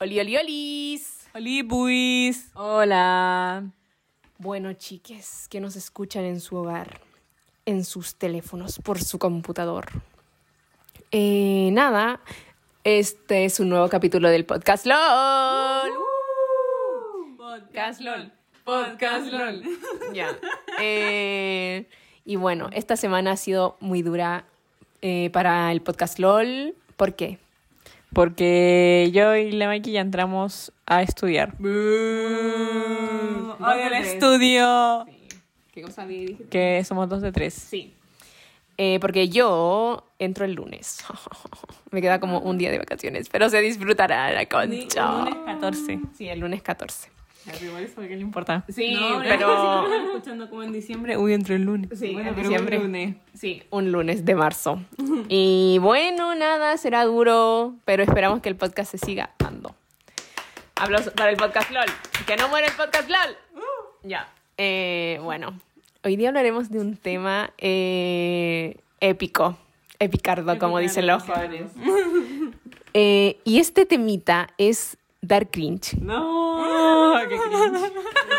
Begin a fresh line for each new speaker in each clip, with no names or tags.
Oli, oli, olis. pues.
Olibuis.
Hola. Bueno, chiques, que nos escuchan en su hogar, en sus teléfonos, por su computador. Eh, nada, este es un nuevo capítulo del podcast LOL. Uh,
Podcast LOL.
Podcast LOL. Ya. Eh, y bueno, esta semana ha sido muy dura eh, para el podcast LOL. ¿Por qué?
Porque yo y la Mikey ya entramos a estudiar.
Odio el estudio.
¿Qué cosa dije?
Que somos dos de tres.
Sí. Eh, porque yo entro el lunes. Me queda como un día de vacaciones, pero se disfrutará la concha.
Lunes 14.
Sí, el lunes 14.
Eso
No importa.
Sí,
pero escuchando como en diciembre.
Uy, entre el lunes.
Sí,
bueno,
en
pero
diciembre.
buen lunes.
Sí, un lunes de marzo. Y bueno, nada, será duro, pero esperamos que el podcast se siga dando. Aplausos para el podcast LOL. Que no muera el podcast LOL. Ya. Eh, bueno, hoy día hablaremos de un tema eh, épico. Epicardo, como dicen los jóvenes. Eh, y este temita es dar cringe.
No, qué cringe.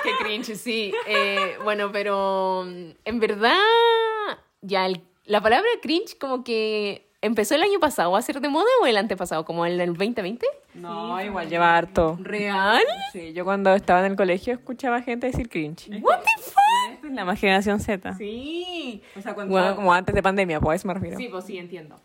Qué cringe, sí. Eh, bueno, pero mm, en verdad, ya el- la palabra cringe como que empezó el año pasado a ser de moda o el antepasado, como en el 2020.
No, igual lleva harto.
¿Real?
Sí, yo cuando estaba en el colegio escuchaba gente decir cringe.
¿What the fuck?
Esta es la más generación Z.
Sí.
O sea, cuando.
Bueno, como antes de pandemia, pues a eso me refiero.
pues sí, entiendo.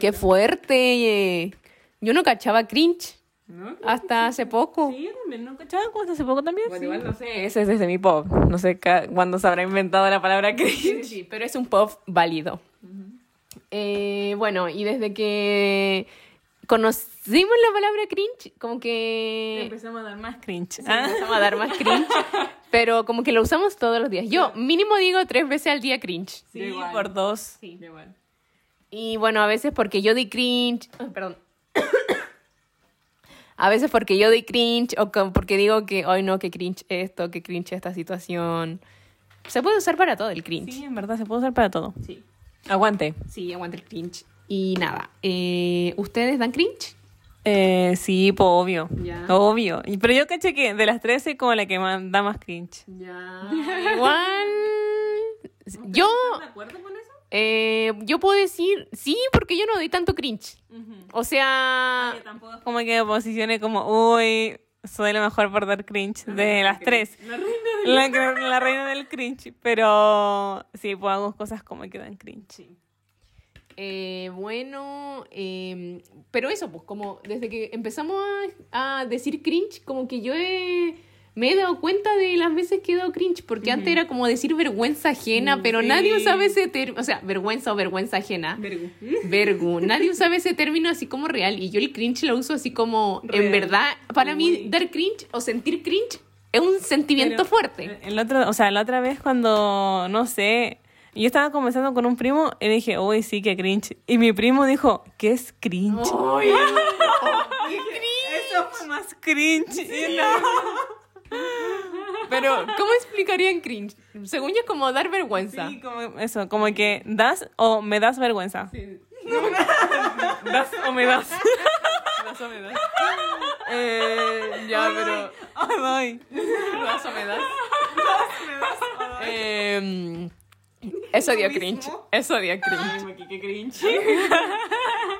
Qué fuerte. Yo no cachaba cringe
¿No?
hasta hace poco.
Sí, yo también nunca.
¿Cachaban cosas hace poco también?
Bueno,
Sí.
igual no
no sé, ese es desde mi pop. No sé ca- cuándo se habrá inventado la palabra cringe.
Sí, sí, pero es un pop válido. Eh, bueno, y desde que conocimos la palabra cringe, como que
Empezamos a dar más cringe.
Ah, empezamos a dar más cringe, pero como que lo usamos todos los días. Yo mínimo digo tres veces al día cringe.
Yo
Sí,
igual.
por dos.
Sí, igual.
Y bueno, a veces porque yo di cringe, Ay, perdón. A veces porque yo doy cringe o con- porque digo que hoy no, que cringe esto, que cringe esta situación. Se puede usar para todo el cringe.
Sí, en verdad, se puede usar para todo.
Sí.
Aguante.
Sí, aguanta el cringe. Y nada, eh, ¿ustedes dan cringe?
Eh, sí, pues obvio.
Ya.
Obvio. Y- Pero yo caché que de las 13 como la que más, da más cringe.
Ya. Igual. Yo,
¿Estás de acuerdo con eso?
eh, yo puedo decir sí porque yo no doy tanto cringe. O sea,
Ah, Yo tampoco.
Como que me posicioné como, uy, soy la mejor por dar Ah, cringe de las 3.
La reina
La, cr- la reina del cringe. Pero sí, pues hago cosas como que dan cringe.
eh, bueno, eh, pero eso, pues como desde que empezamos a, a decir cringe, como que yo he- me he dado cuenta de las veces que he dado cringe, porque antes era como decir vergüenza ajena, pero
Mm, sí.
nadie usaba ese término, o sea, vergüenza o vergüenza ajena.
Vergu.
Vergu. Nadie usaba ese término así como real. Y yo el cringe lo uso así como, en
Real.
verdad, para mí
Uy.
dar cringe o sentir cringe es un sentimiento
Pero, eh,
fuerte.
El otro, o sea, la otra vez cuando, no sé, yo estaba conversando con un primo y dije, uy, sí, que cringe. Y mi primo dijo, ¿qué es cringe?
Ay,
Eso fue más cringe. y no.
Pero, ¿cómo explicarían cringe? Según yo, es como dar vergüenza.
Sí, como eso, como que das o me das vergüenza. Das o me das. das o me das.
Eh, ya, pero.
Ay, ay.
¿Vas o me das? Eh, eso dio cringe. Eso dio cringe.
Qué cringe.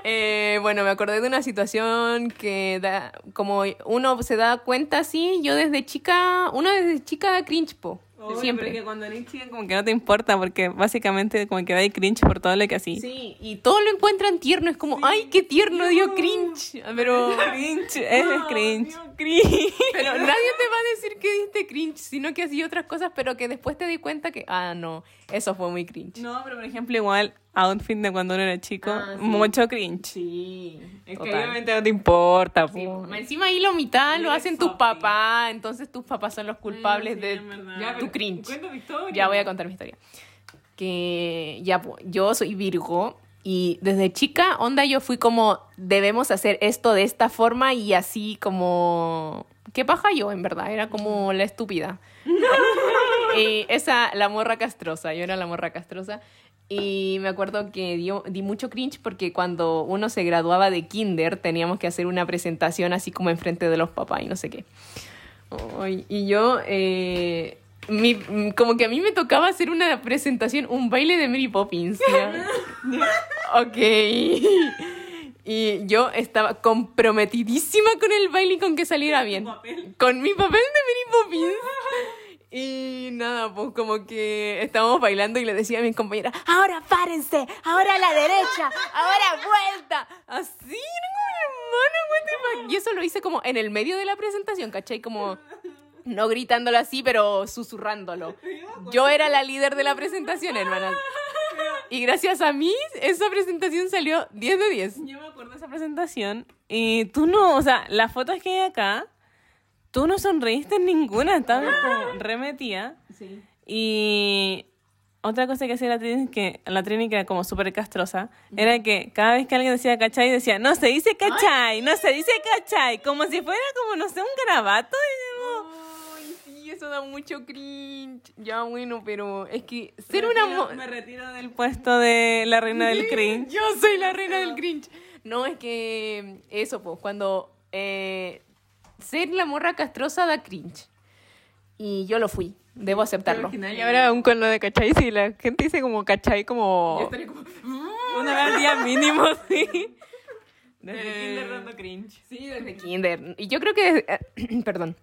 Eh, bueno, me acordé de una situación que da, como uno se da cuenta así, yo desde chica, uno desde chica cringe po,
Pero que
siempre.
cuando eres chica como que no te importa porque básicamente como que da cringe por todo lo que así.
Sí, y todo lo encuentran tierno, es como, ay, qué tierno, dio cringe, Ah, pero,
Cringe, eso es cringe. Cringe.
pero nadie te va a decir que diste cringe, sino que así otras cosas, pero que después te di cuenta que, ah, no, eso fue muy cringe.
No, pero por ejemplo igual outfit de cuando uno era chico,
Ah, sí.
mucho cringe.
Sí,
Es que
total.
obviamente no te importa.
Sí,
po.
ma- encima ahí lo mitad lo
Mira,
hacen tus
Sophie.
papás, entonces tus papás son los culpables
sí,
de
en verdad.
ya,
Ya,
tu
pero
cringe.
Cuenta tu historia.
Ya voy a contar mi historia. Que ya, po, yo soy Virgo y desde chica, onda, yo fui como, debemos hacer esto de esta forma y así como, ¿qué paja yo en verdad? Era como la estúpida. y esa, la morra castrosa, yo era la morra castrosa. Y me acuerdo que dio, di mucho cringe porque cuando uno se graduaba de kinder teníamos que hacer una presentación así como enfrente de los papás y no sé qué. Ay, y yo, eh, mi- mm, como que a mí me tocaba hacer una presentación, un baile de Mary Poppins. ¿ya? ok. Y yo estaba comprometidísima con el baile y con que saliera bien.
papel.
Con mi papel de Mary Poppins. Y nada, pues como que estábamos bailando y le decía a mis compañeras, ahora párense, ahora a la derecha, ahora vuelta. Así, era como hermana, what the fuck. Y eso lo hice como en el medio de la presentación, ¿cachai? Como no gritándolo así, pero susurrándolo. Yo era la líder de la presentación, hermana. Y gracias a mí, esa presentación salió 10 de 10.
Yo me acuerdo de esa presentación y tú no, o sea, las fotos que hay acá, tú no sonreíste en ninguna, estabas como remetida.
Sí.
Y otra cosa que hacía la Trini, que la Trini que era como súper castrosa, era que cada vez que alguien decía cachai, decía, no se dice cachai, no se dice cachai, como si fuera como, no sé, un garabato. y yo como,
Ay, sí, eso da mucho cringe. Ya bueno, pero es que ser una...
"Me
mo-
retiro- Me retiro del puesto de la reina del cringe.
Yo soy la reina del cringe. No, es que eso, pues, cuando eh, ser la morra castrosa da cringe. Y yo lo fui, debo aceptarlo.
Pero al final-
Y ahora aún con lo de cachai, si la gente dice como cachai,
Yo
como...
estaría como...
"Mm".
Una vez al día mínimo, sí. Eh,
Desde
Eh,
kinder dando cringe. Sí,
Desde kinder. Y yo creo que... eh, perdón.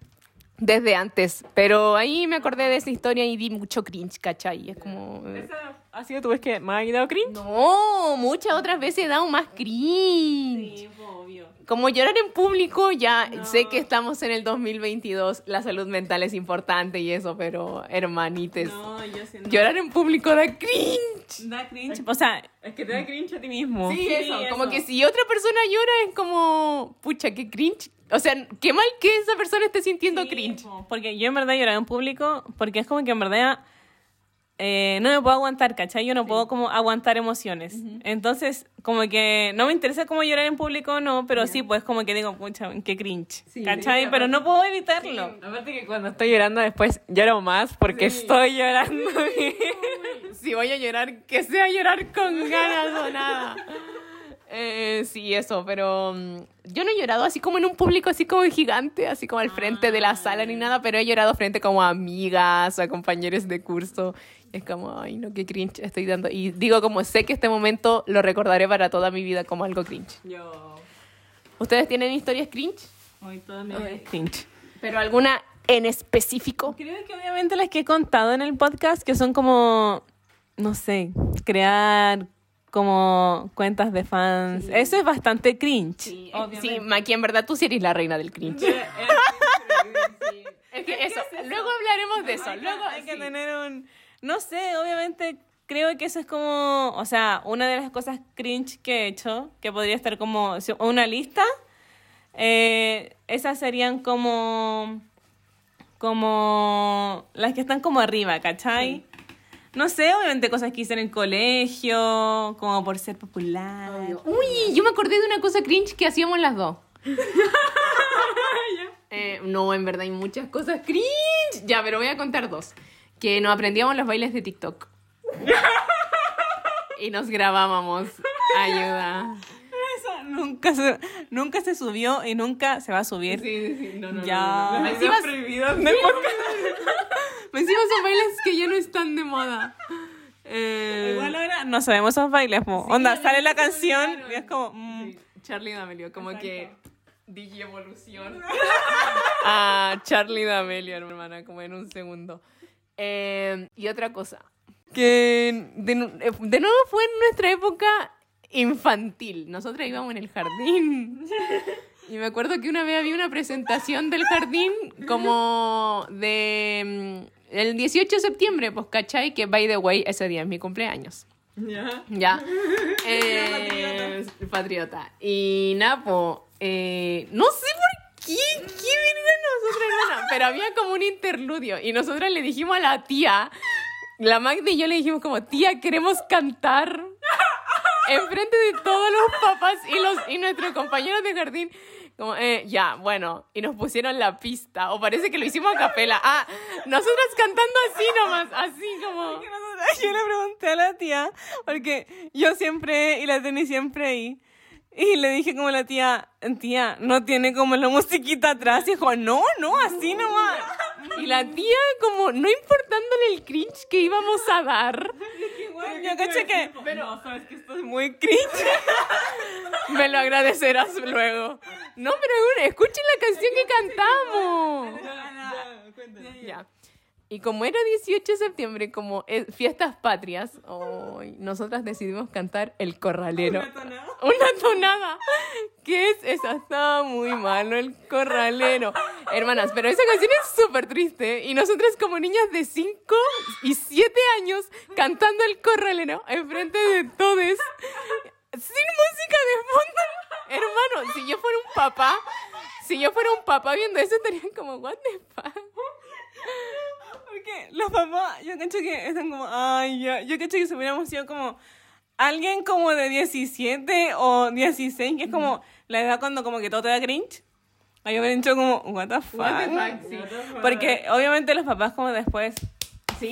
Desde antes. Pero ahí me acordé de esa historia y di mucho cringe, ¿cachai? Es como... eh,
¿Esa ha sido tu vez que más ha dado cringe?
No, muchas otras veces he dado más cringe.
obvio.
Como llorar en público, ya sé que estamos en el 2022, la salud mental es importante y eso, pero hermanites,
No, yo siento.
llorar en público da cringe.
Da cringe. O sea,
Es que te da cringe a ti mismo.
mismo.
Sí, eso, como
eso.
que si otra persona llora es como, pucha, qué cringe. O sea, qué mal que esa persona esté sintiendo
Sí,
cringe.
po, Porque yo en verdad lloraba en público, porque es como que en verdad eh, no me puedo aguantar, ¿cachai? Yo no puedo como aguantar emociones. Entonces, como que no me interesa como llorar en público o no, pero sí, pues como que digo, pucha, qué cringe,
Sí,
¿cachai?
sí,
pero no puedo evitarlo.
Aparte que cuando estoy llorando después lloro más porque estoy llorando.
Si voy a llorar, que sea llorar con ganas o nada. Eh, sí, eso, pero mm, yo no he llorado así como en un público así como gigante, así como al frente
Ah.
de la sala ni nada, pero he llorado frente como a amigas o a compañeros de curso. Es como, ay, no, qué cringe estoy dando. Y digo, como sé que este momento lo recordaré para toda mi vida como algo cringe.
Yo...
¿Ustedes tienen historias cringe?
Hoy toda mi vida es cringe.
¿Pero alguna en específico?
Creo que obviamente las que he contado en el podcast, que son como, no sé, crear como cuentas de fans. Eso es bastante cringe.
Sí, Maki, en verdad tú sí eres la reina del cringe. eh, Es que eso, luego hablaremos de eso.
Hay que-
Luego,
hay que
sí.
tener un. No sé, obviamente creo que eso es como. O sea, una de las cosas cringe que he hecho, que podría estar como. si- Una lista. eh, esas serían como. Como. Las que están como arriba, ¿cachai? No sé, obviamente cosas que hice en el colegio, como por ser popular.
Uy, yo me acordé de una cosa cringe que hacíamos las dos. Eh, no, en verdad hay muchas cosas cringe. Ya, pero voy a contar dos. Que nos aprendíamos los bailes de TikTok. y nos grabábamos. Ayuda.
Eso nunca se, nunca se subió y nunca se va a subir.
Sí, sí, sí. No, no,
Ya.
no, no, no. Encima, encima son bailes que ya no están de moda. Eh,
Igual ahora no sabemos esos bailes, po. onda, sale la canción y es como... mm,
Charlie D'Amelio, como que digi evolución. a Charlie D'Amelio, hermana, como en un segundo. Eh, y otra cosa, que de, nu- eh, de nuevo fue en nuestra época infantil. Nosotras íbamos en el jardín. Y me acuerdo que una vez había una presentación del jardín como de... mm, El 18 de septiembre, pues, ¿cachai? Que, by the way, ese día es mi cumpleaños.
Ya.
Ya. Eh, patriota. Y Napo, eh, no sé por qué, qué verga nosotras, hermana, pero había como un interludio y nosotras le dijimos a la tía, la Magda y yo le dijimos como, tía, queremos cantar enfrente de todos los papás y, los, y nuestros compañeros de jardín. Como, eh, ya, bueno, y nos pusieron la pista, o parece que lo hicimos a capela. Ah, nosotras cantando así nomás, así como...
Que nosotros verdad, yo le pregunté a la tía, porque yo siempre, y la Teni siempre ahí, y le dije como a la tía, tía, ¿no tiene como la musiquita atrás? Y dijo, no, no, así nomás.
Y la tía, como no importándole el cringe que íbamos a dar,
yo caché que
Pero, no, sabes que esto es muy...
muy cringe.
me lo agradecerás luego. No, pero bueno, escuchen la canción que cantamos.
Ya, cuéntame.
Ya. Y como era 18 de septiembre, como eh, fiestas patrias, hoy nosotras decidimos cantar El Corralero. ¿Una tonada? ¿Qué es esa? Está muy malo El Corralero. Hermanas, pero esa canción es súper triste. ¿eh? Y nosotras como niñas de 5 y 7 años cantando El Corralero enfrente de todos sin música de fondo. Hermano, si yo fuera un papá, si yo fuera un papá viendo eso, estaría como, what the fuck.
Porque los papás, yo caché que están como, ay, ya. Yo caché que se hubiéramos sido como alguien como de 17 o 16, que es como la edad cuando como que todo te da cringe. Ahí hubieran dicho como, what the fuck. Porque obviamente los papás como después,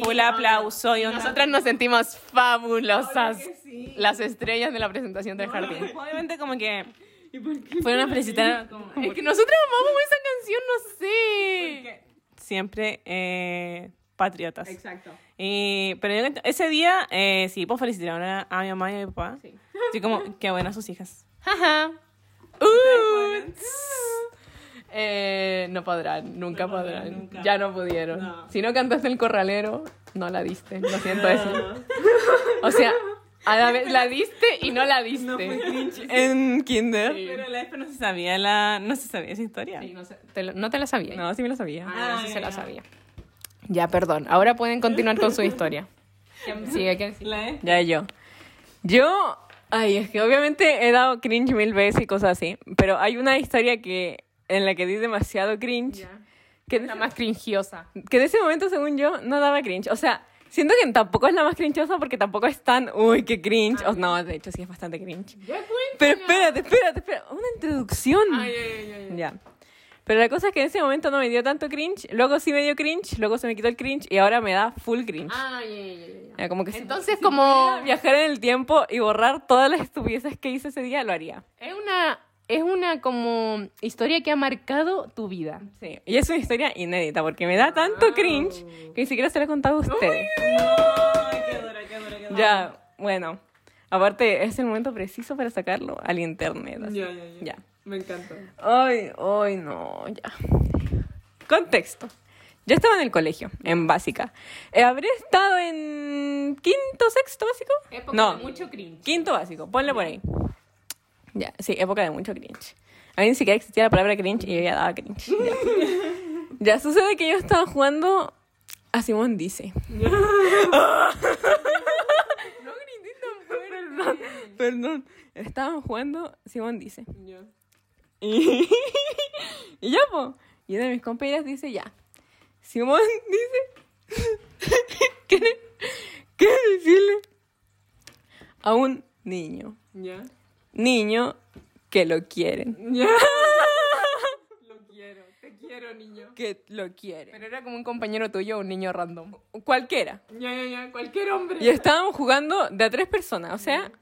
full aplauso y onda.
Nosotras nos sentimos fabulosas.
Obvio que sí.
Las estrellas de la presentación del jardín.
Obviamente como que
¿Y por qué?
fueron a felicitar como-
Es que nosotras amamos esa canción, no sé.
siempre eh, patriotas.
Exacto.
Y, pero yo ent- ese día, eh, sí, pues felicitaron a, a mi mamá y a mi papá. Sí. Así como, qué buenas sus hijas.
Jaja. Uh, tss. Eh, no podrán, nunca podrán.
nunca.
Ya no pudieron.
No.
Si no cantaste el corralero, no la diste. Lo siento eso. O sea, a la vez la diste y no la diste.
No fue cringe.
En kinder.
Sí.
Pero la F no se sabía la, no se sabía esa historia.
Sí, no, sé, te lo- no te la sabía.
No, sí me la sabía.
Ah, sí
ya,
se la
ya.
sabía. Ya, perdón. Ahora pueden continuar con su historia. Sigue, ¿quién sigue?
La E.
Ya yo. Yo, ay, es que obviamente he dado cringe mil veces y cosas así, pero hay una historia que en la que di demasiado cringe, que,
La más cringiosa.
que en ese momento, según yo, no daba cringe. O sea, siento que tampoco es la más cringeosa porque tampoco es tan, uy, qué cringe.
Ah.
O, no, de hecho sí es bastante cringe. Pero espérate, espérate, espérate, una introducción.
Ah,
Ya. Pero la cosa es que en ese momento no me dio tanto cringe, luego sí me dio cringe, luego se me quitó el cringe y ahora me da full cringe. Ya, como que si-
Entonces,
si
como
pudiera viajar en el tiempo y borrar todas las estupideces que hice ese día, lo haría.
es una es una como historia que ha marcado tu vida.
Sí. Y es una historia inédita porque me da
Ah.
tanto cringe que ni siquiera se la he contado a ustedes.
Ay, qué dura, qué dura, qué dura.
Ya, bueno. Aparte, es el momento preciso para sacarlo al internet. así.
Ya, ya, ya.
Ya.
Me encanta.
Ay, ay, no, ya. Contexto. Yo estaba en el colegio, en básica. Eh, Habré estado en quinto, sexto básico. no,
mucho cringe.
Quinto básico, ponle por ahí. Ya, sí, época de mucho cringe. A mí ni siquiera existía la palabra cringe y yo ya daba cringe. Ya, Ya, sucede que yo estaba jugando a Simón Dice. Perdón, perdón. Estábamos jugando Simón Dice.
Ya.
Y, y ya, po. Y una de mis compañeras dice, ya. Simón dice, ¿qué, qué decirle a un niño?
Ya.
Niño que lo quieren.
Ya. Lo quiero. Te quiero, niño.
Que lo quieren.
Pero era como un compañero tuyo, un niño random.
Cualquiera.
Ya, ya, ya. Cualquier hombre.
Y estábamos jugando de a tres personas. O sea,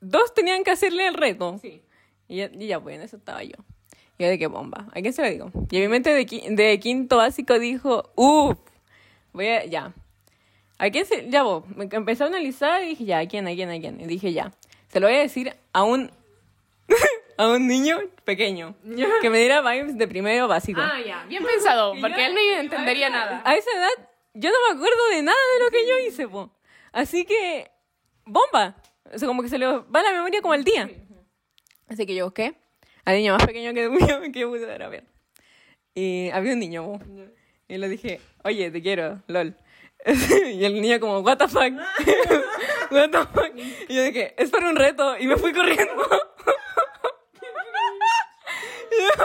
dos tenían que hacerle el reto.
Sí.
Y ya, y ya, pues en eso estaba yo. Y yo de qué bomba. ¿A quién se lo digo? Y en mi mente de, qui- de quinto básico dijo, uff, voy a, ya. ¿A quién se, ya vos, me empecé a analizar y dije, ya, ¿a quién, a quién, a quién? Y dije, ya, se lo voy a decir a un, a un niño pequeño, que me diera vibes de primero básico.
Ah, ya, bien pensado, porque él no entendería nada.
A esa edad, yo no me acuerdo de nada de lo que yo hice, po. Así que, bomba. O sea, como que se le va la memoria como al día. Así que yo busqué al niño más pequeño que mío que yo pude ver. Y había un niño, po. Y le dije, oye, te quiero, lol. y el niño como, what the fuck. what the fuck. Y yo dije, es para un reto. Y me fui corriendo. Y yo,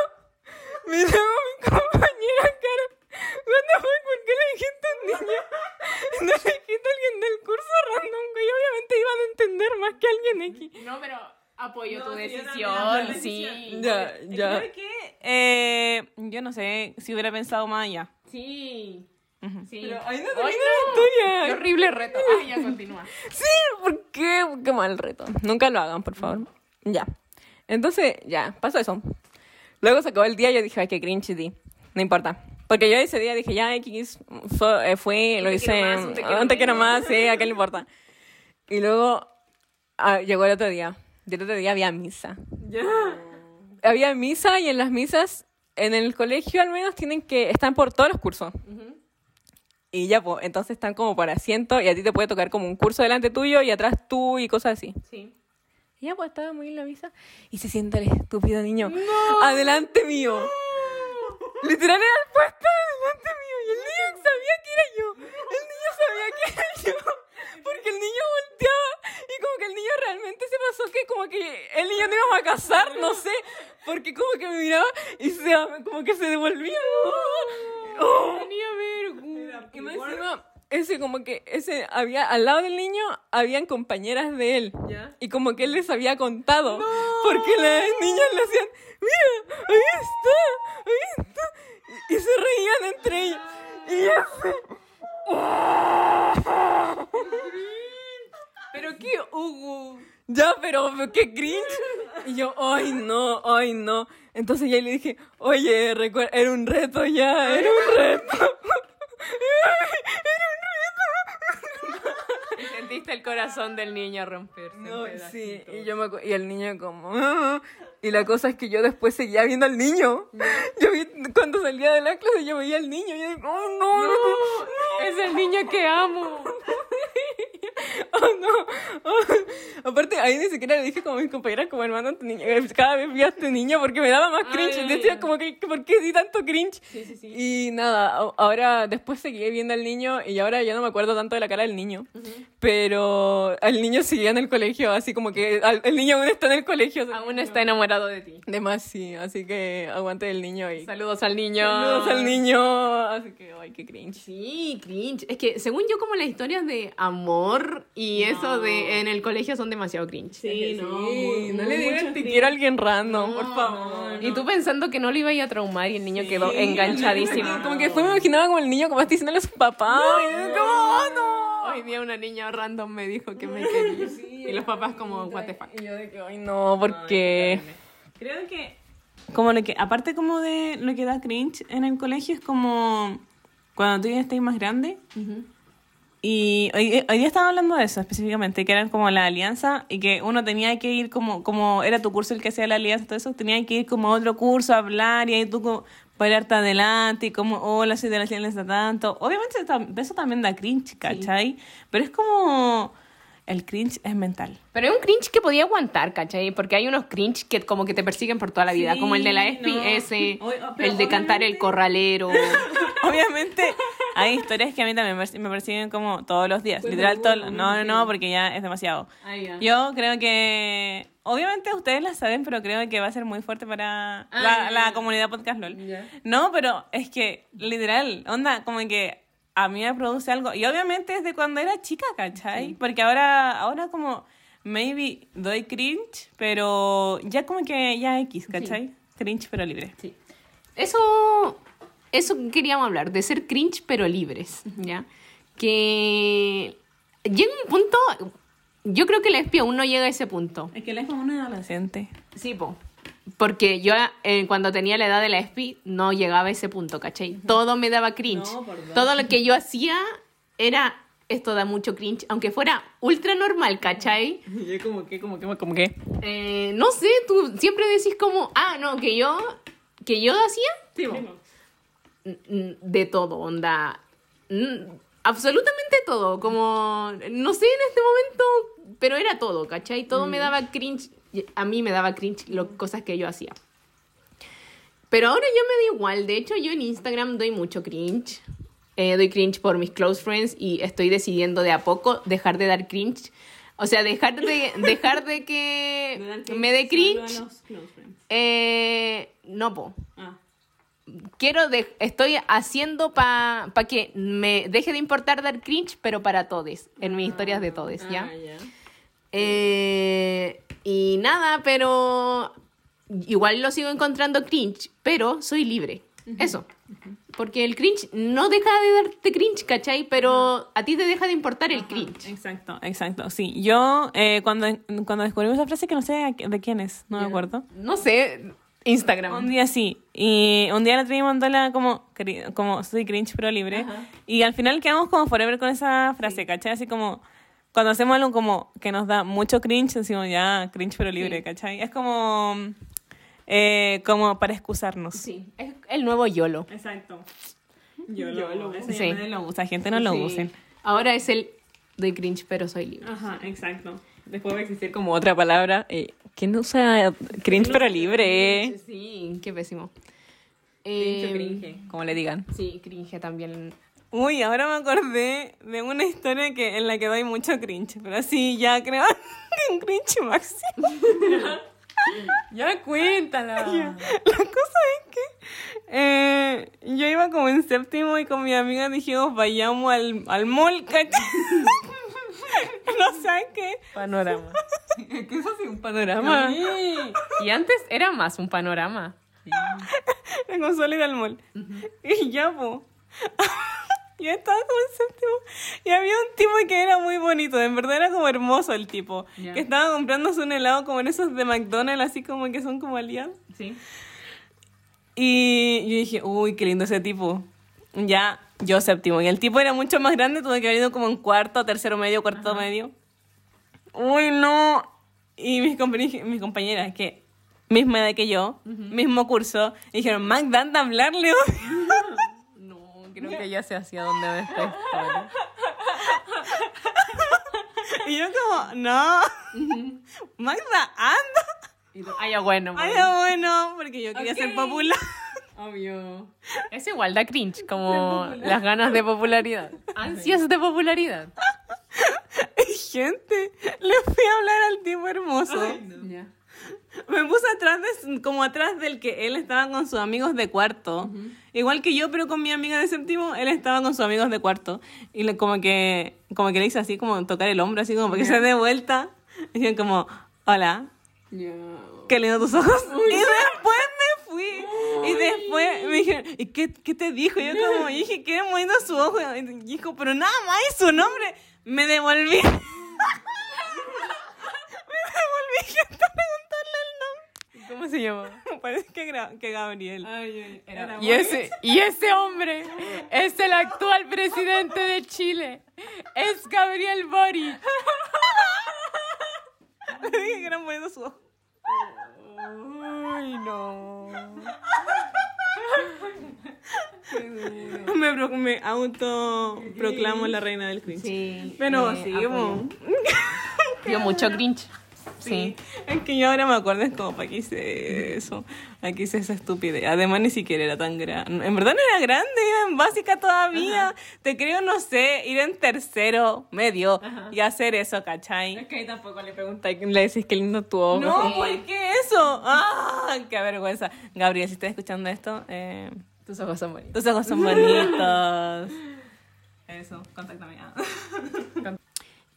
me dijo mi compañera Caro, what the fuck, ¿por qué le dijiste a un niño? No le dijiste a alguien del curso random, güey. Obviamente iban a entender más que alguien X.
No, pero apoyo
No,
tu
sí, yo también
decisión,
apoyo la
sí.
decisión.
Ya,
Creo que, eh, yo no sé si hubiera pensado más allá.
Sí.
Sí.
Pero ahí no
Ay,
termina
no.
historia.
Qué horrible reto. Ay, ya continúa.
¿Por qué? Qué mal reto. Nunca lo hagan, por favor. Ya. Entonces, ya, pasó eso. Luego se acabó el día y yo dije, ay, qué cringe di. No importa. Porque yo ese día dije, ya, X, so- eh, fui, lo
te
hice.
quiero más, un te quiero
un te quiero
menos.
más, sí, a qué le importa. Y luego ah, llegó el otro día. Y el otro día había misa. Había misa y en las misas, en el colegio al menos, tienen que, están por todos los cursos. Y ya, pues, entonces están como por asiento y a ti te puede tocar como un curso delante tuyo y atrás tú y cosas así.
Sí.
Y ya, pues, estaba muy en la misa y se sienta el estúpido niño. Adelante mío. Literal era el puesto delante mío y el niño sabía que era yo. El niño sabía que era yo. Porque el niño volteaba y como que el niño realmente se pasó que como que el niño no íbamos a casar, no sé. Porque como que me miraba y se, como que se devolvía. Oh. Y más encima, ese como que ese había al lado del niño habían compañeras de él.
Ya.
Y como que él les había contado. Porque las niñas le hacían, mira, ahí está, ahí está. Y, y se reían entre ellos. Y ella se-
Pero qué Hugo.
ya, pero qué cringe. Y yo, ay no, ay no. Entonces ya le dije, oye, recuer- era un reto ya, era un reto.
Y sentiste el corazón del niño romperse.
No, sí, y yo me acu- y el niño como "Ah". y la cosa es que yo después seguía viendo al niño. Yo vi cuando salía de la clase yo veía al niño y yo digo, "Oh, no, no, no,
Es el niño que amo.
oh, no". Oh. Aparte ahí ni siquiera le dije como a mis compañeras como hermano, tu niño- cada vez vi a este niño porque me daba más cringe,
ya,
decía
ya.
como que ¿por qué di tanto cringe? Y nada, a- ahora después seguí viendo al niño y ahora ya no me acuerdo tanto de la cara del niño, pero al niño seguía en el colegio, así como que al- el niño aún está en el colegio. o sea,
Aún está enamorado de ti.
De más, sí, así que aguante el niño y
Saludos al niño.
saludos al niño, así que, ay, qué cringe.
Sí, cringe. Es que según yo como las historias de amor y eso de en el colegio son demasiado cringe.
Sí,
Sí, no le digas te quiero a alguien random, por favor.
Y tú pensando que no le iba a ir a traumar y el niño quedó
Y
enganchadísimo.
Como que después me imaginaba como el niño como está diciéndole a su papá. y yo como, "Oh, no".
Hoy día una niña random me dijo que me quería. y los papás como, what the fuck.
Y yo de que, ay, no, porque...
Creo que como lo que aparte como de lo que da cringe en el colegio es como cuando tú ya estás más grande y hoy, hoy día estaba hablando de eso específicamente que eran como la alianza y que uno tenía que ir como como era tu curso el que hacía la alianza todo eso tenía que ir como a otro curso a hablar y ahí tú como pararte adelante y como hola soy de la alianza tanto obviamente eso tam- eso también da cringe ¿cachai? pero es como el cringe es mental
Pero es un cringe que podía aguantar, ¿cachai? Porque hay unos cringe que como que te persiguen por toda la vida,
Sí,
como el de la
no.
SPS,
Oye,
ah,
oh, pero
el de cantar el
obviamente-
corralero.
Obviamente hay historias que a mí también me persi- me persiguen como todos los días. Literal, todo, no, no, no, porque ya es demasiado. Yo creo que, obviamente ustedes la saben, pero creo que va a ser muy fuerte para la, la comunidad podcast LOL. No, pero es que, literal, onda, como que a mí me produce algo. Y obviamente es de cuando era chica, ¿cachai? Porque ahora, ahora como, maybe doy cringe, pero ya como que ya X, ¿cachai? Cringe, pero libre.
Sí. Eso, eso queríamos hablar, de ser cringe pero libres, ¿ya? Que llega un punto, yo creo que la espía aún no llega a ese punto.
Es que él es como un adolescente.
Sí, po. Porque yo eh, cuando tenía la edad de la ESPI no llegaba a ese punto, ¿cachai? Todo me daba cringe.
No, por dos.
Todo lo que yo hacía era, esto da mucho cringe, aunque fuera ultra normal, ¿cachai?
Yo como que, como que, como que...
Eh, no sé, tú siempre decís como, ah, no, que yo, que yo hacía n- n- mm, de todo, onda. n- Absolutamente todo, como, no sé en este momento, pero era todo, ¿cachai? Todo me daba cringe, y a mí me daba cringe las cosas que yo hacía. Pero ahora yo me da igual, de hecho yo en Instagram doy mucho cringe, Eh, doy cringe por mis close friends y estoy decidiendo de a poco dejar de dar cringe. O sea, dejar de, dejar de que me dé cringe. Eh, no, po. Quiero, de- estoy haciendo para pa que me deje de importar dar cringe, pero para todes, en mis historias de todes, ah, ¿ya? Eh, y nada, pero igual lo sigo encontrando cringe, pero soy libre. Eso. Porque el cringe no deja de darte cringe, ¿cachai? Pero a ti te deja de importar el cringe.
Exacto, exacto. Sí, yo eh, cuando, cuando descubrí esa frase que no sé a qué- de quién es, no me acuerdo.
No sé,
Un
Instagram.
día sí. Y un día la Trini mandó la como, cri- como soy cringe pero libre. Y al final quedamos como forever con esa frase, ¿cachai? Así como, cuando hacemos algo como que nos da mucho cringe, decimos ya cringe pero libre, ¿cachai? Es como, eh, como para excusarnos.
Sí, es el nuevo YOLO.
Exacto. Yo
Yo lo-
ese
sí.
nadie lo usa, gente no lo
Sí.
usen.
Ahora es el doy cringe, pero soy libre.
Ajá, exacto. Después va a existir
Como otra palabra, eh, ¿quién usa cringe pero libre?
Sí, qué pésimo.
Cringe
Eh,
o cringe, como le digan.
Sí, cringe también.
Uy, ahora me acordé de una historia que, en la que doy mucho cringe, pero así ya creo que un cringe máximo.
Ya cuéntala.
La cosa es que eh, yo iba como en séptimo y con mi amiga dijimos vayamos al, al mall, ¿cachai? No sé qué. Ah.
Panorama. ¿Qué es así un panorama?
Y antes era más un panorama.
La consola iba al mall. Y ya, po. Yo estaba como en séptimo y había un tipo que era muy bonito, en verdad era como hermoso el tipo, que estaba comprándose un helado como en esos de McDonald's, así como que son como aliados.
Sí.
Y yo dije, uy, qué lindo ese tipo. Ya, yo séptimo. Y el tipo era mucho más grande, tuve que haber ido como en cuarto, tercero medio, cuarto medio. Uy, no. Y mis, compañe- mis compañeras, que misma edad que yo, mismo curso, dijeron, Mac, dan de hablarle.
No, creo que ya sé hacia dónde va este esta historia.
y yo como, no. Magda, anda.
Y tú, Ay, ya, bueno.
Ay,
bueno.
bueno, porque yo quería ser popular.
Obvio. Es igual da cringe, como las ganas de popularidad. Ansias de popularidad.
Y gente, le fui a hablar al tipo hermoso.
Ya.
Me puse atrás de- como atrás del que él estaba con sus amigos de cuarto. Igual que yo, pero con mi amiga de séptimo, él estaba con sus amigos de cuarto. Y le- como que como que le hice así, como tocar el hombro, así como para que se dé vuelta. Y Dijeron como, hola, qué lindo tus ojos. y después me fui. Y después me dijeron, ¿y qué, qué te dijo? Y yo como y dije, que era muy lindo su ojo. Y dijo, pero nada más, y su nombre. Me devolví. me devolví gente a preguntarle el nombre.
¿Cómo se llamaba?
Parece que, Gra- que Gabriel. Era
Y ese, y ese hombre es el actual presidente de Chile. Es Gabriel Boric.
Le dije que eran buenos sus ojos.
Uy, no.
Me, pro- me autoproclamo la reina del cringe.
Sí.
Pero
eh,
seguimos.
apoyo. Dio mucho cringe. Sí.
Es que yo ahora me acuerdo, es como, ¿para qué hice eso? ¿Para qué hice esa estupidez? Ah, Además, ni siquiera era tan grande. En verdad no era grande, iba en básica todavía. Te creo, no sé, ir en tercero, medio, y hacer eso, ¿cachai?
Que tampoco le preguntáis, le decís qué lindo tu ojo.
No, ¿por qué eso? ¡Ah! ¡Qué vergüenza! Gabriel, si estás escuchando esto, eh,
Tus ojos son bonitos.
Tus ojos son bonitos. Eso, contáctame. Ah.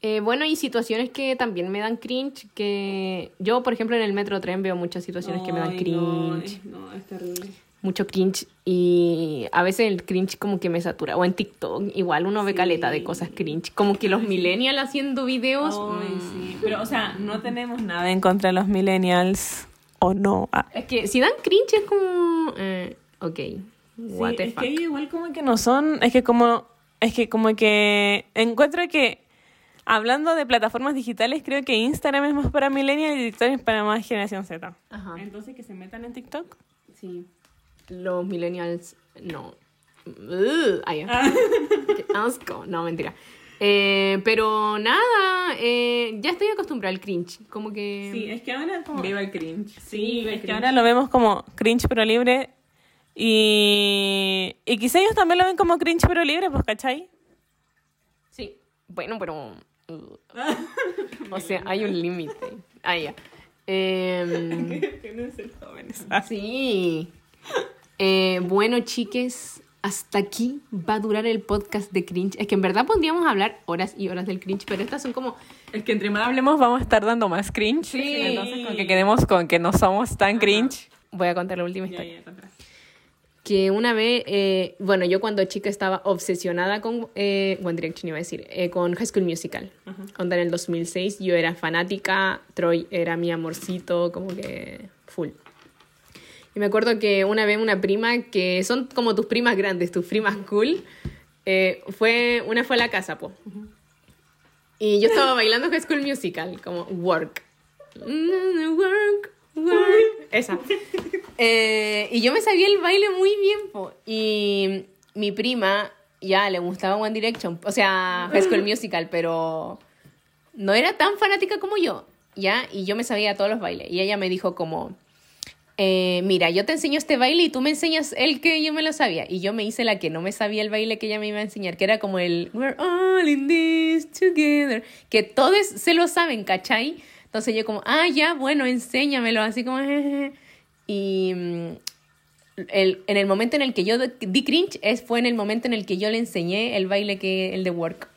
Eh, bueno, y situaciones que también me dan cringe, que yo, por ejemplo, en el metro tren veo muchas situaciones que me dan cringe,
No, es terrible.
mucho cringe, y a veces el cringe como que me satura, o en TikTok, igual uno ve caleta de cosas cringe, como que los millennials haciendo videos, mm,
sí. Pero, o sea, no tenemos nada en contra de los millennials. O no. Ah.
es que si dan cringe es como, eh, ok, what
Sí,
the
es
fuck.
que ellos igual como que no son. Es que como. Es que como que. Encuentro que. Hablando de plataformas digitales, creo que Instagram es más para millennials y TikTok es para más generación Z.
Ajá,
Ah.
Entonces, que se metan en TikTok.
sí, los millennials, no, Ugh, ay, ya. Qué asco. No, mentira. Eh, pero nada, eh, ya estoy acostumbrada al cringe. Como que.
es que ahora como.
Viva el cringe.
Sí, es que ahora lo vemos como cringe pero libre. Y, y quizá ellos también lo ven como cringe pero libre, pues, ¿cachai?
Sí. Bueno, pero. uh, o sea, hay un límite. Ah, ya. Em, sí. Eh, bueno, chiques, hasta aquí va a durar el podcast de cringe. Es que en verdad podríamos hablar horas y horas del cringe, pero estas son como.
Es que entre más hablemos vamos a estar dando más cringe.
Sí.
Entonces con que quedemos con que no somos tan cringe.
Voy a contar la última historia. que una vez, eh, bueno, yo cuando chica estaba obsesionada con eh, One Direction, iba a decir, eh, con High School Musical. Onda en el 2006, yo era fanática, Troy era mi amorcito, como que full. Y me acuerdo que una vez una prima, que son como tus primas grandes, tus primas cool, eh, fue, una fue a la casa, po. Y yo estaba bailando High School Musical, como work. Mm, Work, work. Esa. Eh, y yo me sabía el baile muy bien, po. Y mi prima ya le gustaba One Direction, o sea, High School Musical, pero no era tan fanática como yo, ¿ya? Y yo me sabía todos los bailes. Y ella me dijo como, eh, mira, yo te enseño este baile y tú me enseñas el que yo me lo sabía. Y yo me hice la que no me sabía el baile que ella me iba a enseñar, que era como el We're all in this together, que todos se lo saben, ¿cachai? Entonces yo como, ah, ya, bueno, enséñamelo, así como... "Jejeje". Y mm, el, en el momento en el que yo di cringe es, fue en el momento en el que yo le enseñé el baile que el de work.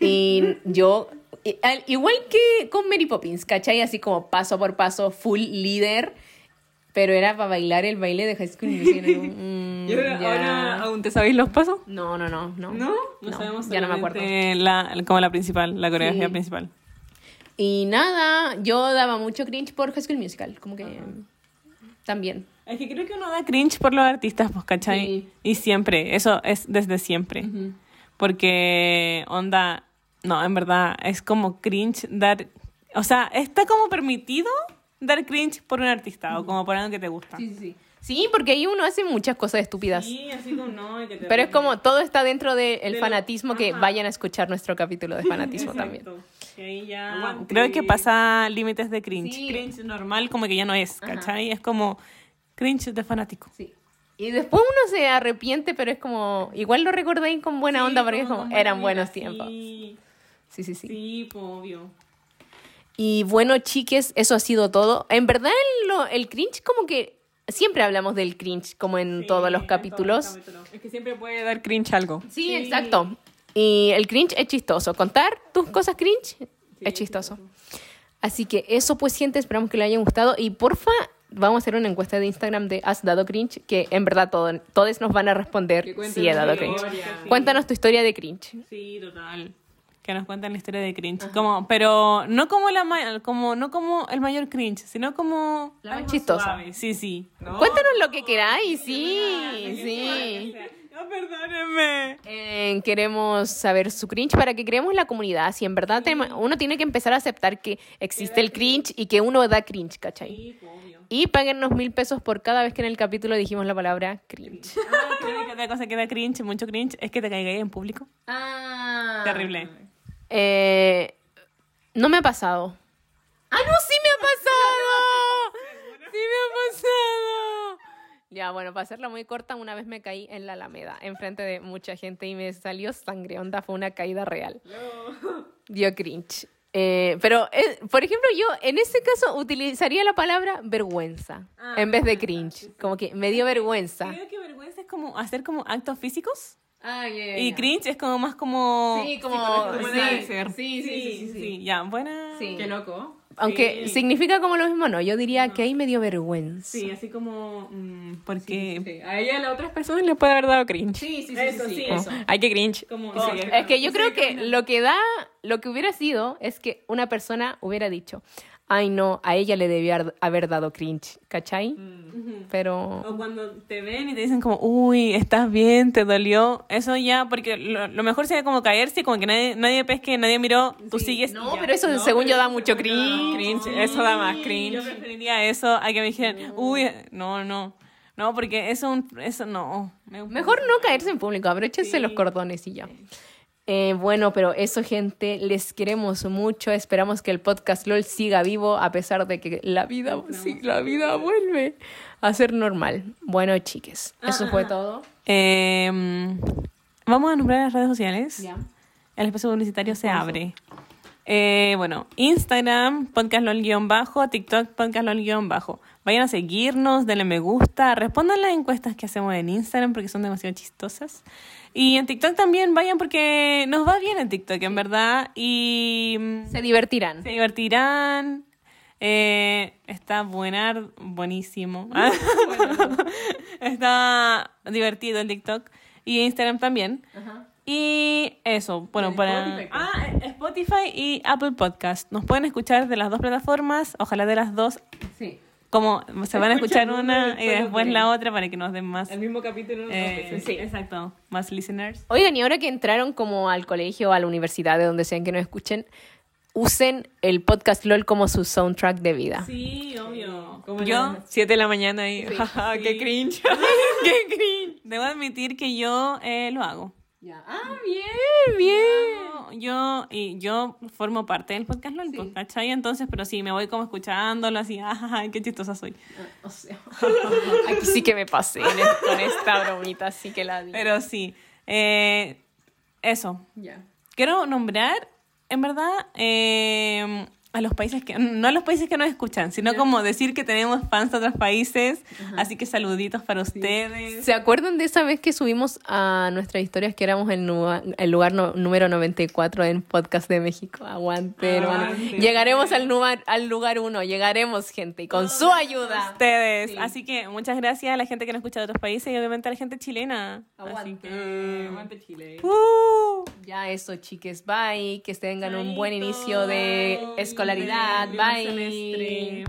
Y yo, i- al- igual que con Mary Poppins, ¿cachai? Así como paso por paso, full líder, pero era para bailar el baile de High School Musical. Era un, mm,
Y ahora-
ya.
ahora
¿Aún te sabéis los pasos?
No, no, no, no.
¿No?
No,
No,
sabemos
ya no me acuerdo.
solamente La, como la principal, la coreografía
Sí.
principal.
Y nada, yo daba mucho cringe por High School Musical, como que también.
Es que creo que uno da cringe por los artistas, pues, ¿cachai?
Sí.
Y siempre, eso es desde siempre. Porque, onda, no, en verdad, es como cringe dar. O sea, está como permitido dar cringe por un artista o como por algo que te gusta.
Sí, sí. Sí, porque ahí uno hace muchas cosas estúpidas.
así como no. y que te
Pero es
ríes.
como todo está dentro del
lo-
fanatismo que
ajá.
vayan a escuchar nuestro capítulo de fanatismo también.
Exacto. Que ahí ya-
Aguante.
Creo que pasa límites de cringe.
Sí.
Cringe normal, como que ya no es, ¿cachai? Es como cringe de fanático.
Y después uno se arrepiente, pero es como, igual lo recordáis con buena
Sí,
onda porque es
como
como,
con
eran
buena
buenos
vibra,
tiempos.
Sí,
Sí, sí, sí.
sí, pues, obvio.
Y bueno, chiques, eso ha sido todo. En verdad, el, lo- el cringe como que siempre hablamos del cringe, como en
Sí,
todos los
en
capítulos.
todos los capítulos.
Es que siempre puede dar cringe algo.
Sí, exacto. Y el cringe es chistoso. Contar tus cosas cringe es chistoso. Así que eso pues siente, esperamos que le hayan gustado. Y porfa, vamos a hacer una encuesta de Instagram de ¿Has dado cringe? Que en verdad todo, todos nos van a responder
Que cuenten
si he
su
dado
historia.
cringe.
Sí.
Cuéntanos tu historia de cringe.
Sí, total. Que nos cuentan la historia de cringe. Como, pero no como, la ma- como, no como el mayor cringe, sino como...
La más
algo
chistosa.
suave. Sí, sí.
Cuéntanos lo que queráis, sí, sí.
No, perdónenme.
Eh, queremos saber su cringe para que creemos la comunidad. Si en verdad tenemos- uno tiene que empezar a aceptar que existe el cringe y que uno da cringe, ¿cachai?
Sí, obvio.
Y páguennos mil pesos por cada vez que en el capítulo dijimos la palabra cringe.
Ah, creo que otra cosa que da cringe, mucho cringe, es que te caigáis en público. Ah.
Ah,
Terrible.
Eh, no me ha pasado. ¡Ah, no! ¡Sí me ha pasado! ¡Sí me ha pasado! Ya, bueno, para hacerla muy corta, una vez me caí en la Alameda, enfrente de mucha gente y me salió sangre. Onda, fue una caída real. Dio cringe. Eh, pero, eh, por ejemplo, yo en ese caso utilizaría la palabra vergüenza en vez de cringe. Como que me dio vergüenza.
Creo que vergüenza es como hacer como actos físicos.
Ah, ya, ya,
Y
ya.
cringe es como más como...
Sí, como.
como
sí,
la de ser.
sí, sí, sí, sí, sí.
Ya, buena...
Sí.
Qué loco.
Aunque
Sí.
significa como lo mismo, no. Yo diría que ahí me dio vergüenza.
Sí, así como... mm, porque...
Sí, a ella la otra.
Personas les puede haber dado cringe.
Sí, sí, sí,
Eso, sí, eso.
Ay, qué cringe.
Como...
Sí.
oh,
Es que yo creo que lo que da, lo que hubiera sido es que una persona hubiera dicho, ay no, a ella le debía ar- haber dado cringe, ¿cachai?
Mm.
Pero
O cuando te ven y te dicen como, uy, estás bien, te dolió. Eso ya, porque lo, lo mejor sería como caerse, como que nadie, nadie pesque, nadie miró, tú sigues.
no,
y ya.
pero eso según yo da mucho cringe.
Cringe, eso da más
Yo
cringe.
preferiría eso a que me dijeran, uy, no, no. No, porque eso, un- eso no.
Mejor no caerse en público, abróchense los cordones y ya. Eh, bueno, pero eso, gente, les queremos mucho. Esperamos que el podcast LOL siga vivo a pesar de que la vida, sí, la vida vuelve a ser normal. Bueno, chiques, eso
Ah.
fue todo.
Eh, mm, vamos a nombrar las redes sociales. El espacio publicitario se abre. Eh, bueno, Instagram, podcastlol-bajo, TikTok, podcastlol-bajo. Vayan a seguirnos, denle me gusta, respondan las encuestas que hacemos en Instagram porque son demasiado chistosas. Y en TikTok también vayan porque nos va bien en TikTok, en verdad. Y mm,
Se divertirán.
se divertirán. Eh, está buenar, buenísimo.
Ah,
está divertido el TikTok. Y Instagram también. Y eso, bueno, para
Spotify, pues.
Ah, eh, Spotify y Apple Podcast. Nos pueden escuchar de las dos plataformas, ojalá de las dos.
Sí.
Como se van a escuchar
Escuchan una y
una y
después
después
ven.
la otra para que nos den más.
El mismo capítulo. dos
eh,
veces.
sí, exacto, más listeners.
Oigan, y ahora que entraron como al colegio o a la universidad, de donde sean que nos escuchen, usen el podcast LOL como su soundtrack de vida.
Sí, obvio.
Yo, 7 de la mañana y jaja, qué cringe. qué cringe.
Debo admitir que yo eh, lo hago.
Ya. Ah,
Bien, bien.
Yo- Yo, y yo formo parte del podcast LOL, pues, ¿cachai? Entonces, pero sí, me voy como escuchándolo así, ajá, qué chistosa soy.
o sea.
Aquí sí que me pasé en es- con esta bromita, sí que la di.
Pero sí, eh, eso.
Ya.
Quiero nombrar, en verdad, eh, a los países que, no a los países que nos escuchan, sino como decir que tenemos fans de otros países, así que saluditos para ustedes.
¿Se acuerdan de esa vez que subimos a nuestras historias que éramos el, nu- el lugar no- número 94 en Podcast de México? Aguante, hermano.
Aguante.
Llegaremos al, nubar- al lugar uno, llegaremos, gente, y con su ayuda.
Ustedes. Así que muchas gracias a la gente que nos escucha de otros países y obviamente a la gente chilena. Así
Aguante.
que-
Aguante Chile.
¡Uh!
Ya eso, chiques, bye. Que tengan un buen inicio de escolaridad. Bye.